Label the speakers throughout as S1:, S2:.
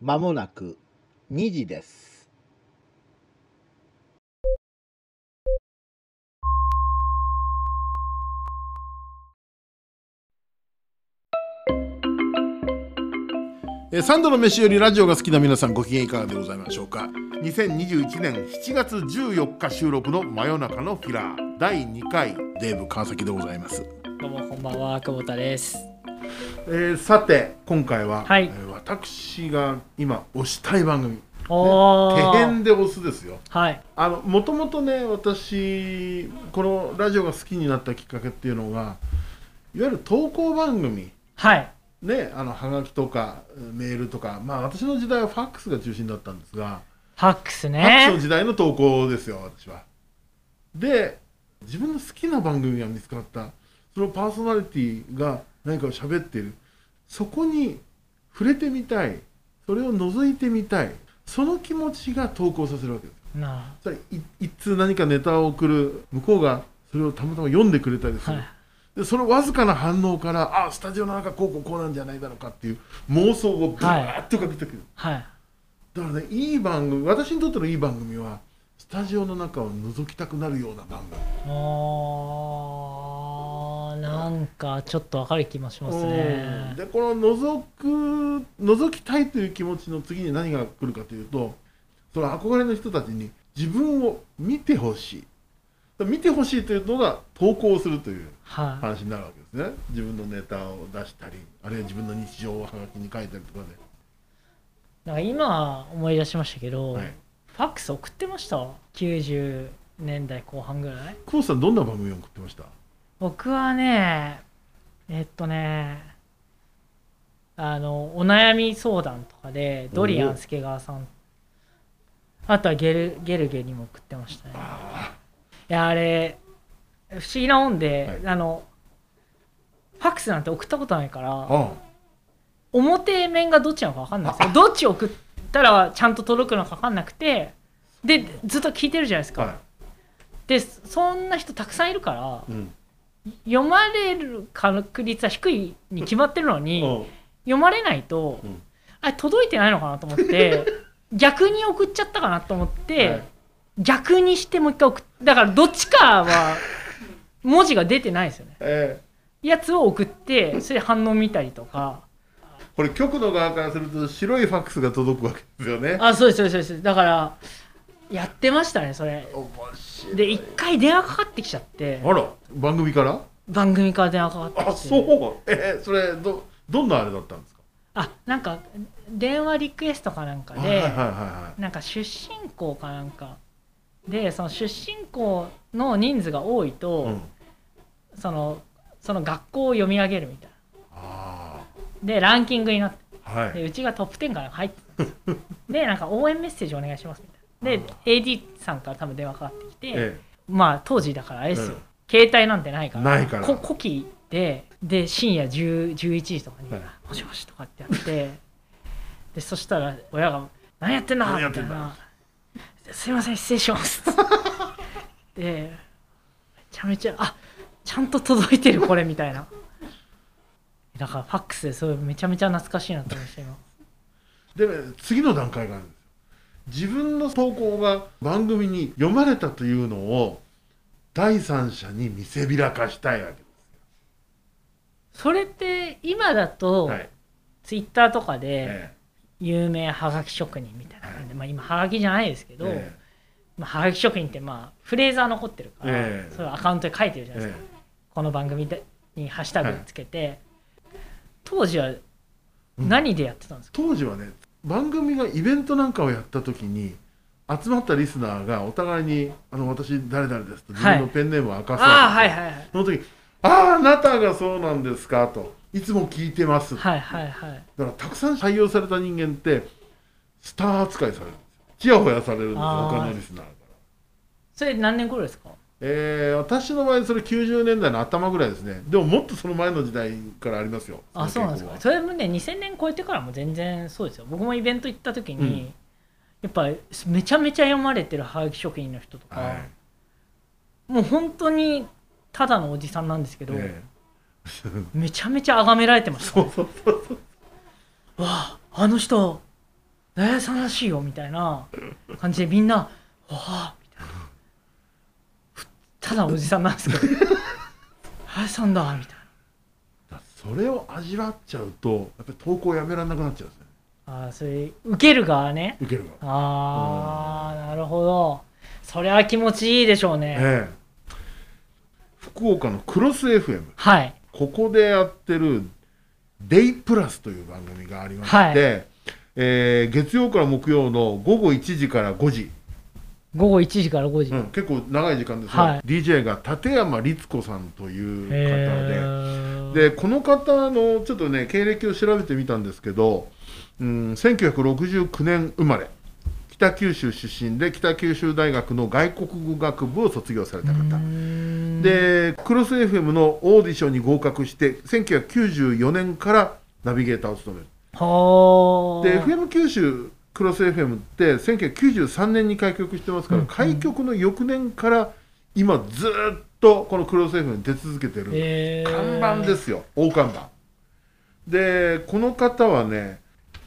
S1: まもなく2時です。
S2: えーサンドの飯よりラジオが好きな皆さんご機嫌いかがでございましょうか
S3: 2021年7月14日収録の「真夜中のフィラー」第2回、
S2: デーブ川崎でございます
S4: どうもこんばんは久保田です。
S3: えーさて今回は、
S4: はい
S3: えー私が今推したい番組「
S4: お
S3: 手
S4: ー
S3: 編で推す」ですよ
S4: はい
S3: あのもともとね私このラジオが好きになったきっかけっていうのがいわゆる投稿番組
S4: はい
S3: ねあのはがきとかメールとかまあ私の時代はファックスが中心だったんですが
S4: ハックス
S3: ファックスの
S4: ね。
S3: 時代の投稿ですよ私はで自分の好きな番組が見つかったそのパーソナリティが何かを喋ってるそこに触れてみたいそれを覗いてみたいその気持ちが投稿させるわけです
S4: な
S3: それい一通何かネタを送る向こうがそれをたまたま読んでくれたりす
S4: あ
S3: る、
S4: はい
S3: でそのわずかな反応からあスタジオの中こうこうこうなんじゃないだろうかっていう妄想をブワーッとかけてくる、
S4: はい
S3: だからねいい番組私にとってのいい番組はスタジオの中を覗きたくなるような番組
S4: おーなんかちょっとわかる気もします
S3: うん
S4: ね。
S3: でこの覗く覗きたいという気持ちの次に何が来るかというとその憧れの人たちに自分を見てほしいだから見てほしいというのが投稿するという
S4: は
S3: 話になるわけですね自分のネタを出したりあるいは自分の日常をはがきに書いたりとかで、
S4: い。なんか今思い出しましたけど、
S3: はい、
S4: ファックス送ってました。90年代後半ぐらい。
S3: 久保田さんどんな番組を送ってました
S4: 僕はねえっとねあのお悩み相談とかでドリアン助川さんあとはゲルゲルゲにも送ってましたねいやあれ不思議なもんで、
S3: はい
S4: あのファックスなんて送ったことないから
S3: あ
S4: 表面がどっちなのか分かんないんですよどっち送ったらちゃんと届くのか分かんなくてでずっと聞いてるじゃないです
S3: あ
S4: か、
S3: は
S4: でそんな人たくさんいるから
S3: い、うん
S4: 読まれる確率は低いに決まってるのに、
S3: うん
S4: 読まれないと、
S3: うん
S4: あ届いてないのかなと思って 逆に送っちゃったかなと思って、
S3: はい
S4: 逆にしてもう一回送っだからどっちかは文字が出てないですよね
S3: え
S4: やつを送ってそれで反応見たりとか
S3: ーこれ局の側からすると白いファックスが届くわけですよね
S4: あそうですそうですそうですだからやってましたねそれ
S3: 面白
S4: で一回電話かかってきちゃって
S3: あら番組から
S4: 番組から電話かかって
S3: あ
S4: きて
S3: そうえーそれどどんなあれだったんですか
S4: あなんか電話リクエストかなんかで、
S3: はいはいはいは
S4: なんか出身校かなんかでその出身校の人数が多い
S3: い、
S4: と、
S3: うん、
S4: そのその学校を読み上げるみたい
S3: あ
S4: なでランキングになって
S3: あは
S4: で
S3: いう
S4: ちがトップ10から入って たんですよでなんか応援メッセージお願いしますみたいなで AD さんから多分電話かかってきて、
S3: え
S4: まあ当時だからあれですよ、
S3: うん
S4: 携帯なんてないから
S3: ないから
S4: こ古希でで深夜10 11時とかに、
S3: はい
S4: もしもし」とかってやってでそしたら親が「何やってんだ!」
S3: 何や
S4: み
S3: って
S4: た
S3: ん
S4: い
S3: だ
S4: な「すいません失礼し ます」でめちゃめちゃ「あちゃんと届いてるこれ」みたいなだからファックスでそういうめちゃめちゃ懐かしいなと思いました今
S3: で次の段階があるんですよ自分の投稿が番組に読まれたというのを第三者に見せびらかしたいわけで
S4: それって今だ
S3: す
S4: と、
S3: はい
S4: ツイッターとかで、
S3: え
S4: 有名はがき職人みたいな感じで、まあ、今はがきじゃないですけ
S3: え
S4: ど、
S3: え
S4: まあ、はがき職人ってまあフレーズは残ってるから、
S3: ええ
S4: そういうアカウントで書いてるじゃないです
S3: え
S4: か、この番組でにハッシュタグつけて、当時は何でやってたんですか、
S3: 当時はね番組がイベントなんかをやった時に集まったリスナーがお互いに「あの私誰々です」と自分のペンネームを明かそう、
S4: ああはいはいはい
S3: その時「あああなたがそうなんですか」と「いつも聞いてます」
S4: はいはいはい
S3: だからたくさん採用された人間ってスター扱いされるんですよちやほやされるんですよ
S4: あー
S3: 他のリスナーから、
S4: それ何年頃ですか
S3: えー私の場合それ90年代の頭ぐらいですねでももっとその前の時代からありますよ
S4: あそうなんですかそれもね2000年超えてからも全然そうですよ僕もイベント行った時に、
S3: うん
S4: やっぱりめちゃめちゃ読まれてるはがき職人の人とか、
S3: はい、
S4: もう本当にただのおじさんなんですけど、
S3: ええ
S4: めちゃめちゃ崇められてました
S3: そうそうそうそう
S4: わああの人大家さんらしいよみたいな感じでみんな「わあ」みたいなただおじさんなんですけど 「大家さんだ」みたい
S3: それを味わっちゃうとやっぱり投稿やめられなくなっちゃうんですね
S4: なああそれ受ける側ね
S3: 受けるが、
S4: ああなるほどそれは気持ちいいでしょうね、
S3: ええ福岡のクロス FM
S4: はい
S3: ここでやってる「デイプラスという番組がありまして、
S4: はい
S3: えー月曜から木曜の午後1時から5時、
S4: 午後1時から5時、
S3: うん結構長い時間ですが、
S4: はい
S3: DJ が立山律子さんという方で。
S4: へ
S3: で
S4: え
S3: この方のちょっとね経歴を調べてみたんですけど、うん、1969年生まれ北九州出身で北九州大学の外国語学部を卒業された方でクロス FM のオーディションに合格して1994年からナビゲーターを務めるで
S4: は
S3: FM 九州クロス FM って1993年に開局してますから、開局の翌年から今ずっとこのクロス FM に出続けてるんで
S4: え
S3: 看板ですよ大看板でこの方はね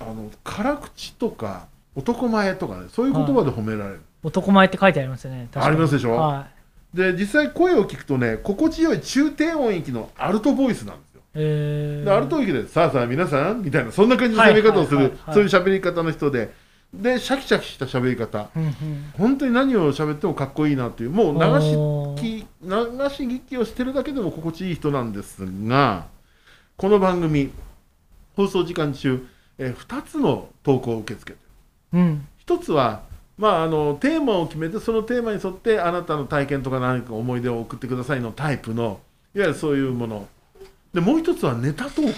S3: あの辛口とか男前とかねそういう言葉で褒められる、
S4: 男前って書いてありますよね確か
S3: あ
S4: に
S3: りますでしょ
S4: は
S3: で実際声を聞くとね心地よい中低音域のアルトボイスなんですよ
S4: いえ
S3: でアルト域で「さあさあ皆さん」みたいなそんな感じの喋り方をす
S4: はいはい
S3: る
S4: はいはい
S3: そういう喋り方の人ででシャキシャキした喋り方
S4: うんうん
S3: 本当に何を喋ってもかっこいいなっていうもう流し
S4: おー
S3: き流し聞きをしてるだけでも心地いい人なんですがこの番組放送時間中、え2つの投稿を受け付けて
S4: うん
S3: る1つは、まあ、あのテーマを決めてそのテーマに沿ってあなたの体験とか何か思い出を送ってくださいのタイプのいわゆるそういうものでもう1つはネタ投稿、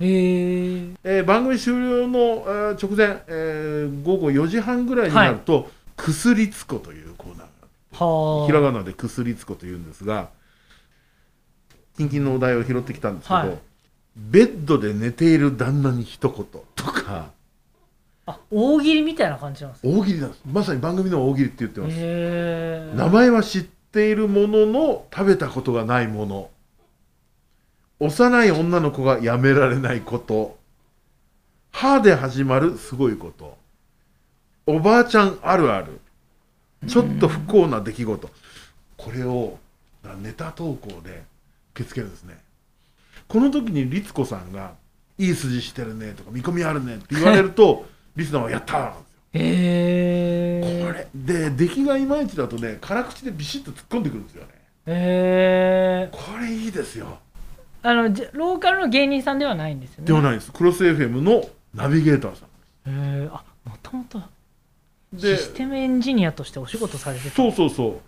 S4: へえ
S3: えー番組終了の、えー直前、えー午後4時半ぐらいになると「くすりつこ」というコーナー
S4: はあ
S3: ひらがなでくすりつこと言うんですが、近々のお題を拾ってきたんですけど、
S4: はい
S3: ベッドで寝ている旦那に一言とか、
S4: あ大喜利みたいな感じなんですね
S3: 大喜利なんです。まさに番組の大喜利って言ってます。
S4: へえ
S3: 名前は知っているものの、食べたことがないもの。幼い女の子がやめられないこと。歯で始まるすごいこと。おばあちゃんあるある。ちょっと不幸な出来事。これをだネタ投稿で受け付けるんですね。この時に律子さんが、いい筋してるねとか、見込みあるねって言われると、リスナーはやったーなんですよこ
S4: へえ
S3: れで出来がいまいちだとね辛口でビシッと突っ込んでくるんですよね
S4: へえ
S3: これいいですよ
S4: あのじローカルの芸人さんではないんですよね
S3: ではないですクロス FM のナビゲーターさん
S4: へえあもともと
S3: で
S4: システムエンジニアとしてお仕事されてた
S3: そうそうそ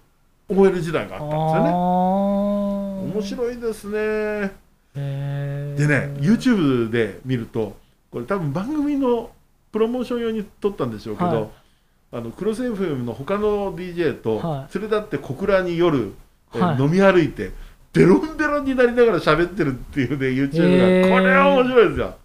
S3: う OL 時代があったんですよね面
S4: い
S3: 白いですね
S4: へえ
S3: でね YouTube で見るとこれ多分番組のプロモーション用に撮ったんでしょうけど、
S4: はい
S3: あのクロス FM の他の DJ と
S4: は
S3: 連れ立って小倉に夜、えー
S4: はい
S3: 飲み歩いてベロンベロンになりながら喋ってるっていうね YouTube が、
S4: へー
S3: これは面白いですよ。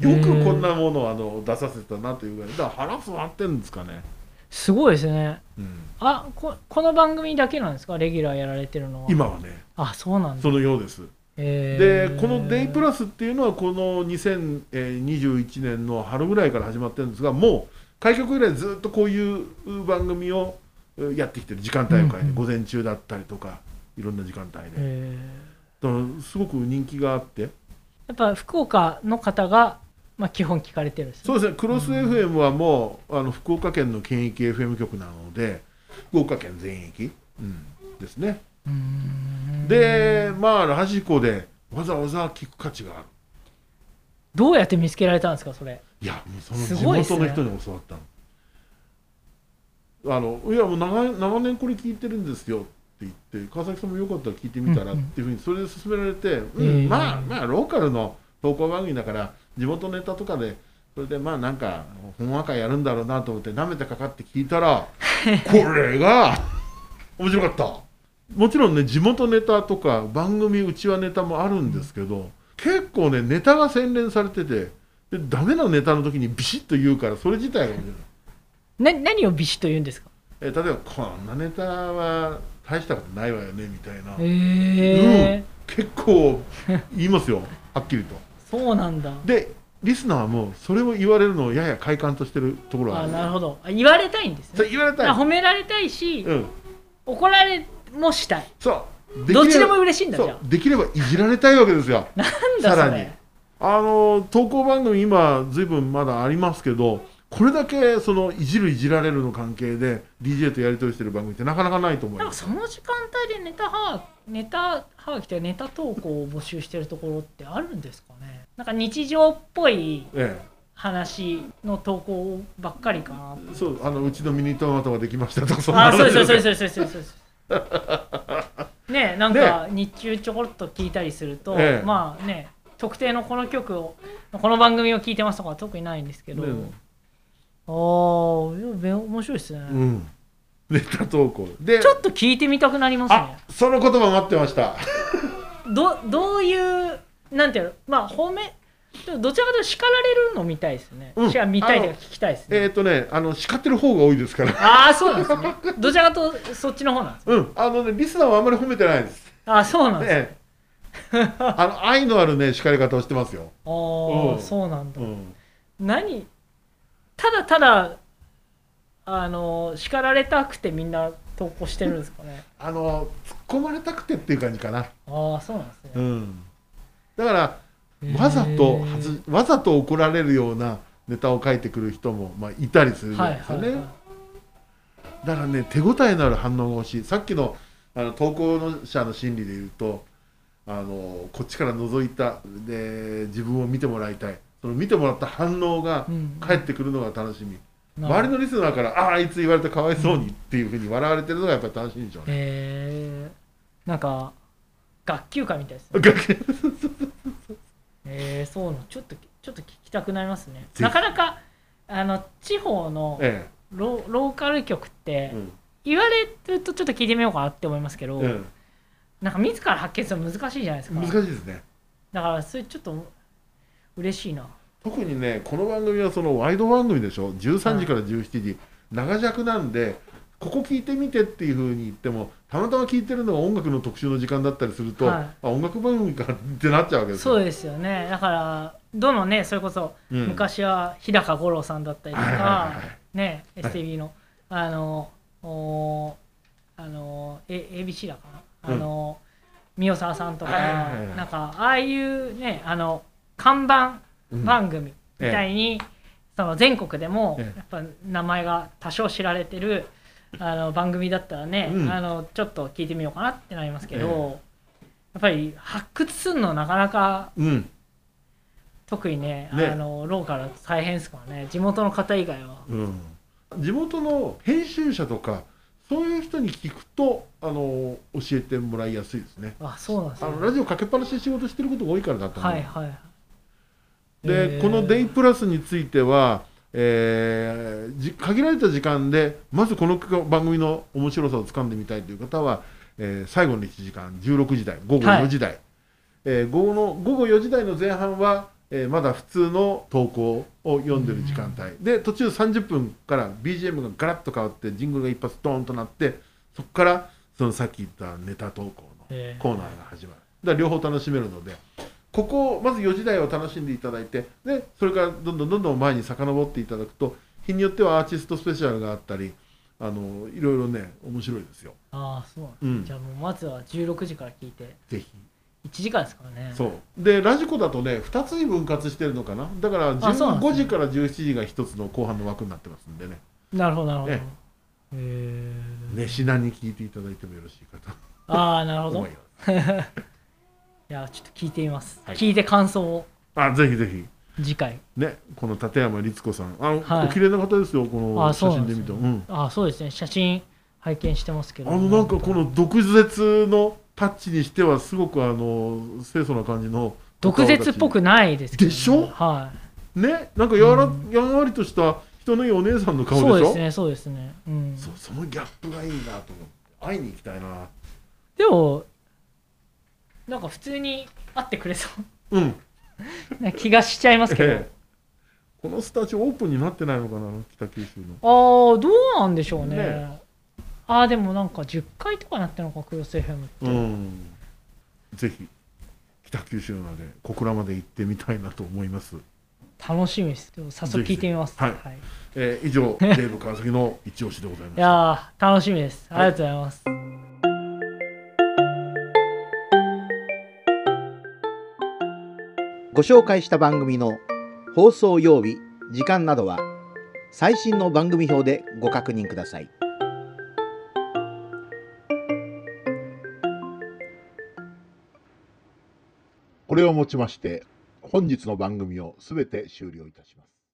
S3: よ
S4: へ
S3: く
S4: ー
S3: こんなものをあの出させたなというぐらいだから腹座ってるんですかね、
S4: すごいですね
S3: うん
S4: あここの番組だけなんですかレギュラーやられてるのは
S3: 今はね
S4: あそうなんだ
S3: そのようです。
S4: へ
S3: で
S4: え
S3: この「デイプラス」っていうのはこの2021年の春ぐらいから始まってるんですがもう開局以来ずっとこういう番組をえやってきてる時間帯を変え
S4: うんう
S3: て
S4: ん
S3: 午前中だったりとかいろんな時間帯で
S4: へえ
S3: だからすごく人気があって
S4: やっぱ福岡の方が、まあ、基本聞かれてるんですね
S3: そうですねクロス FM はもうあの福岡県の県域 FM 局なので福岡県全域、うんですね
S4: うーん
S3: でまあラジコでわざわざ聞く価値がある
S4: どうやって見つけられたんですかそれ
S3: いやもうその
S4: すごいっ
S3: 地
S4: すね
S3: 元の人に教わったの。あのいやもう長い長年これ聞いてるんですよって言って川崎さんもよかったら聞いてみたら
S4: う
S3: っ
S4: んうん
S3: ていうふうにそれで勧められて、うん
S4: へー
S3: まあまあローカルの投稿番組だから地元ネタとかでそれでまあなんかほんわかやるんだろうなと思って舐めてかかって聞いた らこれが面白かったもちろんね地元ネタとか番組うちわネタもあるんですけど、結構ねネタが洗練されててでダメなネタの時にビシッと言うからそれ自体が面白い
S4: な何をビシッと言うんですか
S3: えー例えばこんなネタは大したことないわよねみたいな、
S4: へえ
S3: うん結構言いますよはっきりと
S4: そうなんだ
S3: でリスナーもそれを言われるのをやや快感としてるところはあ
S4: あ
S3: る
S4: なるほどあ言われたいんです
S3: そ
S4: ね
S3: う言われた
S4: あ
S3: い
S4: 褒められたいし、
S3: うん
S4: 怒られもしたい
S3: そう
S4: どっちでも
S3: れば
S4: 嬉しいんだじ
S3: そ
S4: ゃ
S3: うできればいじられたいわけですよ
S4: あなん
S3: さ
S4: だそ
S3: らに
S4: れ
S3: あの投稿番組今ずいぶんまだありますけどこれだけそのいじるいじられるの関係で DJ とやり取りしてる番組ってなかなかないと思い
S4: なん
S3: ま
S4: か
S3: す
S4: その時間帯でネタはがネタはがきというかネタ投稿を募集してるところってあるんですかねなんか日常っぽい
S3: え
S4: 話の投稿ばっかりかな
S3: え、そうあのうちのミニトマトができましたとか そんな
S4: あ
S3: 話
S4: そうですそう
S3: で
S4: ですそうですそうですそうですねえなんか日中ちょこっと聞いたりすると、
S3: ええ
S4: まあね特定のこの曲をこの番組を聞いてますとかは特にないんですけど、
S3: ね
S4: ああいやべ面白いですね、
S3: うんネタ投稿で
S4: ちょっと聞いてみたくなりますね
S3: あその言葉待ってました
S4: どどういうなんていうのまあ褒めでもどちらかというと叱られるの見たいですね、
S3: うん
S4: じゃあ見たいというか聞きたいですね
S3: えっ、とねあの叱ってる方が多いですから
S4: ああそうなんですねどちらかというとそっちの方なんです
S3: うんあのねリスナーはあんまり褒めてないです
S4: ああそうなんですね
S3: ねえあの愛のあるね叱り方をしてますよ、
S4: ああ、
S3: うん
S4: そうなんだ、
S3: うん、
S4: 何ただただあの叱られたくてみんな投稿してるんですかね
S3: あの突っ込まれたくてっていう感じかな
S4: ああそうなんですね、
S3: うんだからわざとはずわざと怒られるようなネタを書いてくる人も、まあ、いたりするん
S4: はい
S3: です
S4: は
S3: よ
S4: い、
S3: ね、
S4: はい、
S3: だからね手応えのある反応が欲しいさっきのあの投稿者の心理で言うとあのこっちから覗いたで自分を見てもらいたいその見てもらった反応が
S4: うん
S3: 返ってくるのが楽しみ、
S4: なるほ
S3: 周
S4: ど
S3: りのリスナーから「ああいつ言われてかわいそうに」っていうふうに笑われてるのがやっぱり楽しいんでしょうね。
S4: えー、なんか学級会みたいですねえー、そうなのちょっとちょっと聞きたくなりますね
S3: ひ
S4: なかなかあの地方の
S3: え
S4: ロローカル局って
S3: えうん
S4: 言われるとちょっと聞いてみようかなって思いますけど、
S3: うん、
S4: なんか自ら発見するの難しいじゃないですか
S3: 難しいですね。
S4: だからそれちょっと嬉しいな
S3: 特にねこの番組はそのワイド番組でしょ13時から17時、長尺なんでここ聞いてみてっていうふうに言ってもたまたま聞いてるのが音楽の特集の時間だったりすると、
S4: はい
S3: あ音楽番組かってなっちゃうわけですよ
S4: そうですよねだからどのねそれこそ
S3: うん
S4: 昔は日高五郎さんだったりと
S3: はいはい
S4: か
S3: はいはい、
S4: ね
S3: はい
S4: STB のあのおーあのえ ABC だかなあの三代沢さんとか
S3: はいはいはいはい
S4: なんかああいうねあの看板
S3: うん
S4: 番組みたいにその全国でも
S3: ええ
S4: やっぱ名前が多少知られてるあの番組だったらね
S3: うん
S4: あのちょっと聞いてみようかなってなりますけどやっぱり発掘するのなかなか
S3: うん
S4: 特にね
S3: ね
S4: あのローカルだと大変ですからね地元の方以外は
S3: うん、地元の編集者とかそういう人に聞くとあの教えてもらいやすいですね
S4: あそうなんです
S3: あ
S4: ね
S3: のラジオかけっぱなしで仕事してることが多いからだと思う、
S4: はいはいはい
S3: で、
S4: えー
S3: この「デイプラス」については、えーじ限られた時間でまずこの番組の面白さをつかんでみたいという方は、えー最後の1時間16時台午後
S4: はい
S3: 4時台、えー午後の午後4時台の前半は、えーまだ普通の投稿を読んでる時間帯、で途中30分から BGM がガラッと変わってジングルが一発ドーンとなってそこからそのさっき言ったネタ投稿の
S4: えー
S3: コーナーが始まるだから両方楽しめるのでここをまず4時台を楽しんでいただいてでそれからどんどんどんどん前に遡っていただくと日によってはアーティストスペシャルがあったりあのいろいろね面白いですよ
S4: ああそうなんです
S3: う
S4: ね
S3: ん
S4: じゃあもうまずは16時から聞いて
S3: ぜひ
S4: 1時間ですからね
S3: そうでラジコだとね2つに分割してるのかなだから
S4: あそうなんで
S3: 15
S4: すね
S3: 時から17時が1つの後半の枠になってますんでね
S4: なるほどなるほど
S3: え
S4: へえ
S3: 寝しなに聞いていただいてもよろしいかと
S4: ああなるほど
S3: 思
S4: い
S3: います
S4: やちょっと聞いてみます
S3: はい
S4: 聞いて感想を
S3: あぜひぜひ
S4: 次回
S3: ねこの立山律子さんあの、
S4: はい
S3: お綺麗な方ですよこの
S4: あ
S3: 写
S4: そうな
S3: 真
S4: ん
S3: で
S4: です
S3: 見
S4: ね
S3: てもうん
S4: ああそうですね写真拝見してますけど
S3: あのなんかこの毒舌のタッチにしてはすごくあの清楚な感じの
S4: 毒舌っぽくないですけどね
S3: でしょ
S4: はい
S3: ねなんかやわら、
S4: うん
S3: やんわりとした人のいいお姉さんの顔でしょ
S4: そうですねそうですねうん
S3: そうそのギャップがいいなと思って会いに行きたいな
S4: でもなんか普通に会ってくれそう
S3: うん
S4: な気がしちゃいますけど、
S3: ええこのスタジオオープンになってないのかな北九州の
S4: ああどうなんでしょう
S3: ね
S4: ね
S3: え
S4: ああでもなんか10回とかなってるのかクロス FM って、
S3: うんぜひ北九州まで小倉まで行ってみたいなと思います
S4: 楽しみです。でも早速聞いてみます。
S3: ぜひぜひ
S4: い、い
S3: えー以 上デーブ川崎の一押しでございました
S4: やー楽しみです。ありがとうございます。
S1: ご紹介した番組の放送曜日時間などは最新の番組表でご確認くださいこれをもちまして本日の番組をすべて終了いたします